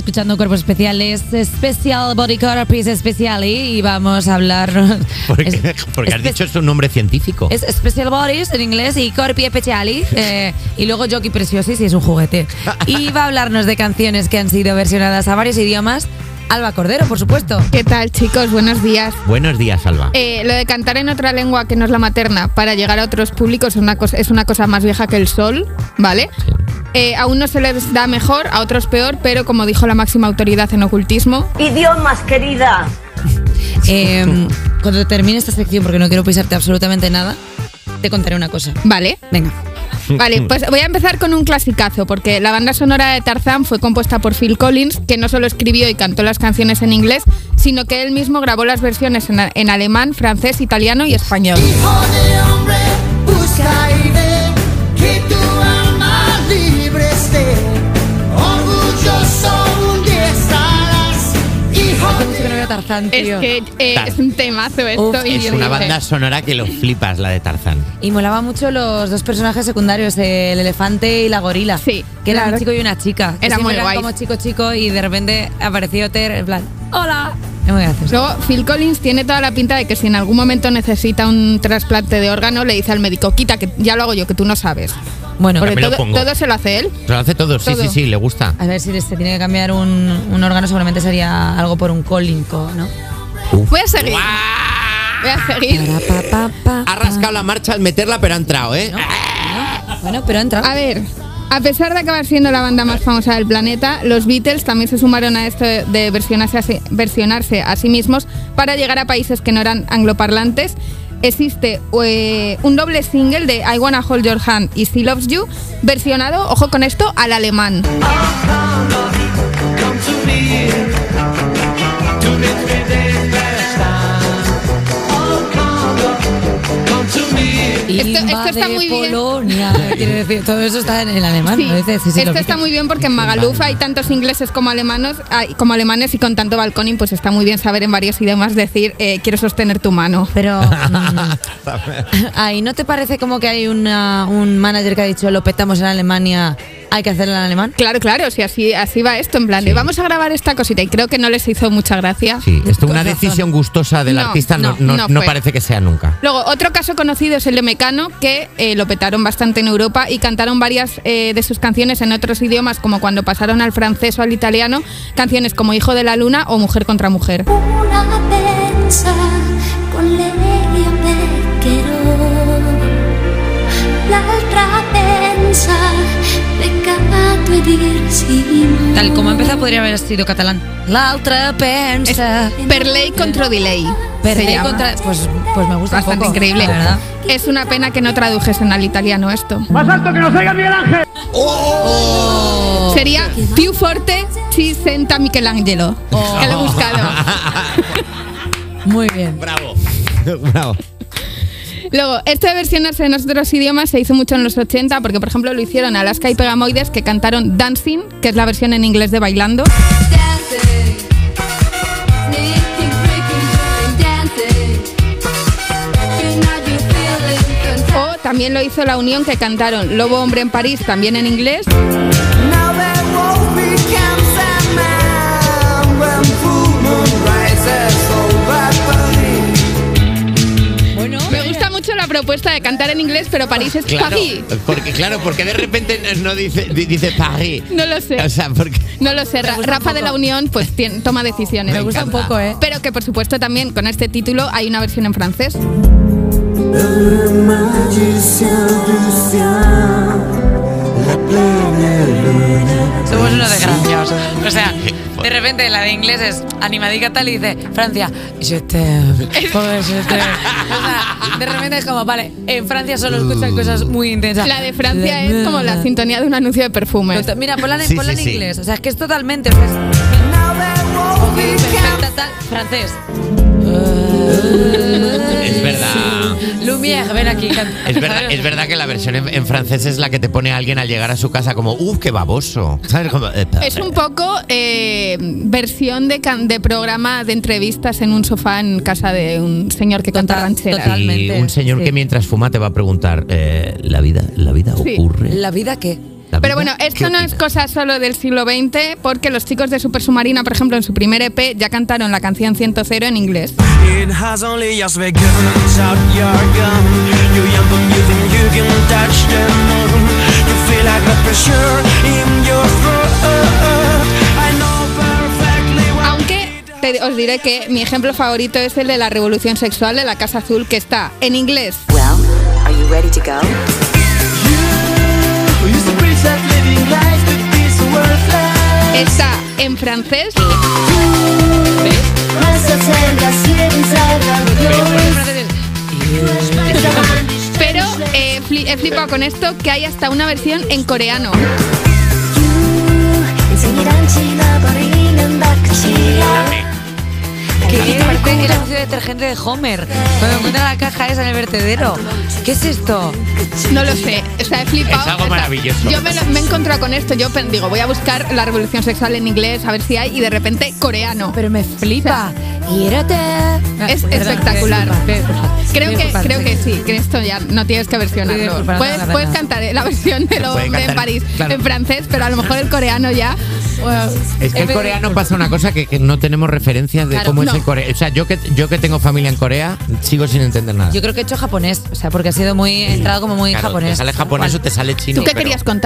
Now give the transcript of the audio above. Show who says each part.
Speaker 1: Escuchando Cuerpos Especiales, Special Body Piece Special y vamos a hablar...
Speaker 2: Porque,
Speaker 1: Es-
Speaker 2: porque has
Speaker 1: espe-
Speaker 2: dicho es un nombre científico.
Speaker 1: Es Special Bodies en inglés y Corpi Speciali eh, y luego Jockey Preciosi si es un juguete. Y va a hablarnos de canciones que han sido versionadas a varios idiomas. Alba Cordero, por supuesto.
Speaker 3: ¿Qué tal, chicos? Buenos días.
Speaker 2: Buenos días, Alba.
Speaker 3: Eh, lo de cantar en otra lengua que no es la materna para llegar a otros públicos es una cosa, es una cosa más vieja que el sol, ¿vale?
Speaker 2: Sí.
Speaker 3: Eh, a unos se les da mejor, a otros peor, pero como dijo la máxima autoridad en ocultismo,
Speaker 4: Idiomas, querida.
Speaker 1: Eh, cuando termine esta sección, porque no quiero pisarte absolutamente nada, te contaré una cosa.
Speaker 3: ¿vale?
Speaker 1: Venga.
Speaker 3: Vale, pues voy a empezar con un clasicazo, porque la banda sonora de Tarzán fue compuesta por Phil Collins, que no solo escribió y cantó las canciones en inglés, sino que él mismo grabó las versiones en, en alemán, francés, italiano y español.
Speaker 5: Hijo de hombre, busca aire, que tu alma libre esté. Orgulloso un día estarás, hijo
Speaker 1: Hace mucho que no
Speaker 5: de
Speaker 1: veo Tarzán,
Speaker 3: Es
Speaker 1: tío.
Speaker 3: que eh,
Speaker 2: Tar-
Speaker 3: es un temazo esto.
Speaker 1: Uf,
Speaker 3: y
Speaker 2: Es
Speaker 3: yo
Speaker 2: una
Speaker 3: dije-
Speaker 2: banda sonora que lo flipas, la de Tarzán.
Speaker 1: Y molaba mucho los dos personajes secundarios, el elefante y la gorila.
Speaker 3: Sí,
Speaker 1: Que eran
Speaker 3: claro.
Speaker 1: un chico y una chica. que
Speaker 3: Era
Speaker 1: siempre
Speaker 3: muy
Speaker 1: eran
Speaker 3: guay.
Speaker 1: como chico chico y de repente apareció Ter en plan, ¡Hola! Es muy gracioso.
Speaker 3: Luego, Phil Collins tiene toda la pinta de que si en algún momento necesita un trasplante de órgano, le dice al médico, quita, que ya lo hago yo, que tú no sabes.
Speaker 1: Bueno,
Speaker 3: Porque
Speaker 2: me lo
Speaker 3: todo,
Speaker 2: pongo.
Speaker 3: todo se lo hace él.
Speaker 2: Lo hace todo, sí,
Speaker 3: Todo.
Speaker 2: sí, sí, le gusta.
Speaker 1: a ver si se tiene que cambiar un, un órgano, seguramente sería algo por un cólico, ¿no?
Speaker 3: Voy a seguir. Voy a seguir.
Speaker 1: Pa, pa, pa, pa.
Speaker 2: Ha rascado la marcha al meterla, pero ha entrado, ¿eh?
Speaker 1: Bueno, pero entra.
Speaker 3: A ver, a pesar de acabar siendo la banda más famosa del planeta, los Beatles también se sumaron a esto de- de versionarse a, sí- versionarse a sí mismos para llegar a países que no eran angloparlantes. Existe eh, un doble single de I Wanna Hold Your Hand y She Loves You, versionado, ojo con esto, al alemán.
Speaker 5: Come to me, du bist mir der Verstand. Oh, come, come to me.
Speaker 3: esto- esto
Speaker 1: Invade
Speaker 3: está muy bien.
Speaker 1: Polonia, quiero decir, todo eso está en el alemán,
Speaker 3: Sí.
Speaker 1: ¿no? Dice, sí, sí, lo
Speaker 3: esto
Speaker 1: vi.
Speaker 3: está muy bien porque en Magaluf hay tantos ingleses como alemanos, hay- como alemanes y con tanto balconing, pues está muy bien saber en varios idiomas decir eh, quiero sostener tu mano.
Speaker 1: Pero mm, ahí no te parece como que hay una- un manager que ha dicho lo petamos en Alemania, hay que hacerlo en alemán.
Speaker 3: Claro, claro, si así, así va esto, en plan de
Speaker 2: Sí.
Speaker 3: vamos a grabar esta cosita y creo que no les hizo mucha gracia.
Speaker 2: Sí, esto
Speaker 1: Con
Speaker 2: una
Speaker 1: razón.
Speaker 2: decisión gustosa del
Speaker 3: No,
Speaker 2: artista no,
Speaker 3: no,
Speaker 2: no-
Speaker 3: no
Speaker 2: no
Speaker 3: fue.
Speaker 2: parece que sea nunca.
Speaker 3: Luego, otro caso conocido es el de Mecano, que eh, lo petaron bastante en Europa y cantaron varias eh, de sus canciones en otros idiomas, como cuando pasaron al francés o al italiano, canciones como Hijo de la Luna o Mujer contra Mujer.
Speaker 6: una pensa con Lelia Beccherò l'altra pensa peccato e dir sì no.
Speaker 1: Tal como empieza podría haber sido catalán. La otra
Speaker 3: Es
Speaker 1: pensa.
Speaker 3: Perley contra Delay. se
Speaker 1: Perder
Speaker 3: llama.
Speaker 1: contra. Pues, pues me gusta. un
Speaker 3: Bastante
Speaker 1: poco,
Speaker 3: increíble.
Speaker 1: la verdad.
Speaker 3: Es una pena que no tradujesen al italiano esto.
Speaker 7: Más alto que nos oiga Miguel Ángel.
Speaker 3: Sería Più forte ci senta Michelangelo.
Speaker 1: Oh.
Speaker 3: Que lo he buscado.
Speaker 1: Muy bien.
Speaker 2: Bravo. Bravo.
Speaker 3: Luego, esta versión en otros idiomas se hizo mucho en los 80 porque, por ejemplo, lo hicieron Alaska y Pegamoides que cantaron Dancing, que es la versión en inglés de Bailando. O también lo hizo La Unión que cantaron Lobo Hombre en París, también en inglés.
Speaker 5: Now there won't be camps and man when full moon rises over Berlin.
Speaker 1: Bueno,
Speaker 3: Me gusta mucho la propuesta de cantar en inglés, pero París es
Speaker 2: Claro,
Speaker 3: París.
Speaker 2: porque, claro, porque de repente no- no dice, di- dice Paris.
Speaker 3: No lo sé.
Speaker 2: O sea, porque.
Speaker 3: No lo sé, Ra-
Speaker 1: gusta
Speaker 3: Rafa
Speaker 1: un
Speaker 3: de
Speaker 1: poco.
Speaker 3: la Unión pues tien- toma decisiones.
Speaker 2: Me gusta
Speaker 1: un poco, ¿eh?
Speaker 3: Pero que por supuesto también con este título hay una versión en francés.
Speaker 1: somos unos desgraciados. O sea, de repente la de inglés es animadica tal y dice Francia, je t'aime, pobre je t'aime. este". O sea, de repente es como, vale, en Francia solo escuchan cosas muy intensas.
Speaker 3: La de Francia es como la sintonía de un anuncio de perfume.
Speaker 1: Mira, ponla, en-
Speaker 2: Sí,
Speaker 1: ponla
Speaker 2: sí,
Speaker 1: en
Speaker 2: sí.
Speaker 1: inglés. O sea, es que es totalmente. o sea, es-
Speaker 5: Now there won't be
Speaker 1: Perfecta, tal, francés. Eh,
Speaker 2: Es verdad.
Speaker 1: Lumière, ven aquí. canta.
Speaker 2: Es verdad, es verdad que la versión en, en francés es la que te pone alguien al llegar a su casa como, uff, qué baboso. ¿Sabes? Como, eh,
Speaker 3: Es un poco eh, versión de, can- de programa de entrevistas en un sofá en casa de un señor que canta
Speaker 1: Total,
Speaker 3: rancheras.
Speaker 1: total.
Speaker 2: Y
Speaker 1: Totalmente,
Speaker 2: un señor
Speaker 1: sí.
Speaker 2: que mientras fuma te va a preguntar, eh, ¿la vida, la vida
Speaker 3: Sí.
Speaker 2: ocurre?
Speaker 1: ¿La vida qué?
Speaker 2: ¿La David?
Speaker 3: Pero bueno,
Speaker 2: ¿Qué
Speaker 3: esto no es
Speaker 2: opinas?
Speaker 3: cosa solo del siglo XX, porque los chicos de Super Submarina, por ejemplo, en su primer EP ya cantaron la canción 100 en inglés.
Speaker 5: It has only just begun. Shout your gun. You young but you think you can touch the moon. You feel like the pressure in your throat. I know perfectly what
Speaker 3: Aunque te- os diré que mi ejemplo favorito es el de la revolución sexual de la Casa Azul, que está en inglés.
Speaker 7: Well, are you ready to go?
Speaker 5: you used to preach that living life could be so worthless.
Speaker 3: Está en francés
Speaker 6: Vas a ser la ciencia
Speaker 1: En francés es,
Speaker 3: Pero eh, fli- he flipado con esto que hay hasta una versión en coreano.
Speaker 1: ¿Qué parte que la anuncio de detergente de Homer? Cuando encuentra la caja esa en el vertedero. ¿Qué es esto?
Speaker 3: No lo sé. O sea, he flipado.
Speaker 2: Es algo
Speaker 3: O sea,
Speaker 2: maravilloso.
Speaker 3: Yo me, lo- me he encontrado con esto. Yo pen- digo, voy a buscar la revolución sexual en inglés, a ver si hay, y de repente coreano.
Speaker 1: Pero me flipa. Ah, Hírate.
Speaker 3: Es espectacular. Creo que, creo que sí, que esto ya no tienes que
Speaker 1: Pido
Speaker 3: versionarlo.
Speaker 1: disculpas, no
Speaker 3: Puedes,
Speaker 1: pasa
Speaker 3: puedes
Speaker 1: nada.
Speaker 3: cantar eh, la versión de
Speaker 2: Lo
Speaker 3: lo
Speaker 2: puede
Speaker 3: hombre en
Speaker 2: cantar,
Speaker 3: París
Speaker 2: claro.
Speaker 3: en francés, pero a lo mejor el coreano ya.
Speaker 2: Es que el coreano pasa una cosa que, que no tenemos referencias de
Speaker 3: Claro,
Speaker 2: cómo
Speaker 3: no.
Speaker 2: es el coreano. O sea, yo que, yo que tengo familia en Corea, sigo sin entender nada.
Speaker 1: Yo creo que he hecho japonés, o sea, porque ha sido muy, he entrado como muy
Speaker 2: Claro,
Speaker 1: japonés.
Speaker 2: Te sale japonés o te sale chino.
Speaker 3: ¿Tú qué
Speaker 2: pero-
Speaker 3: querías contar?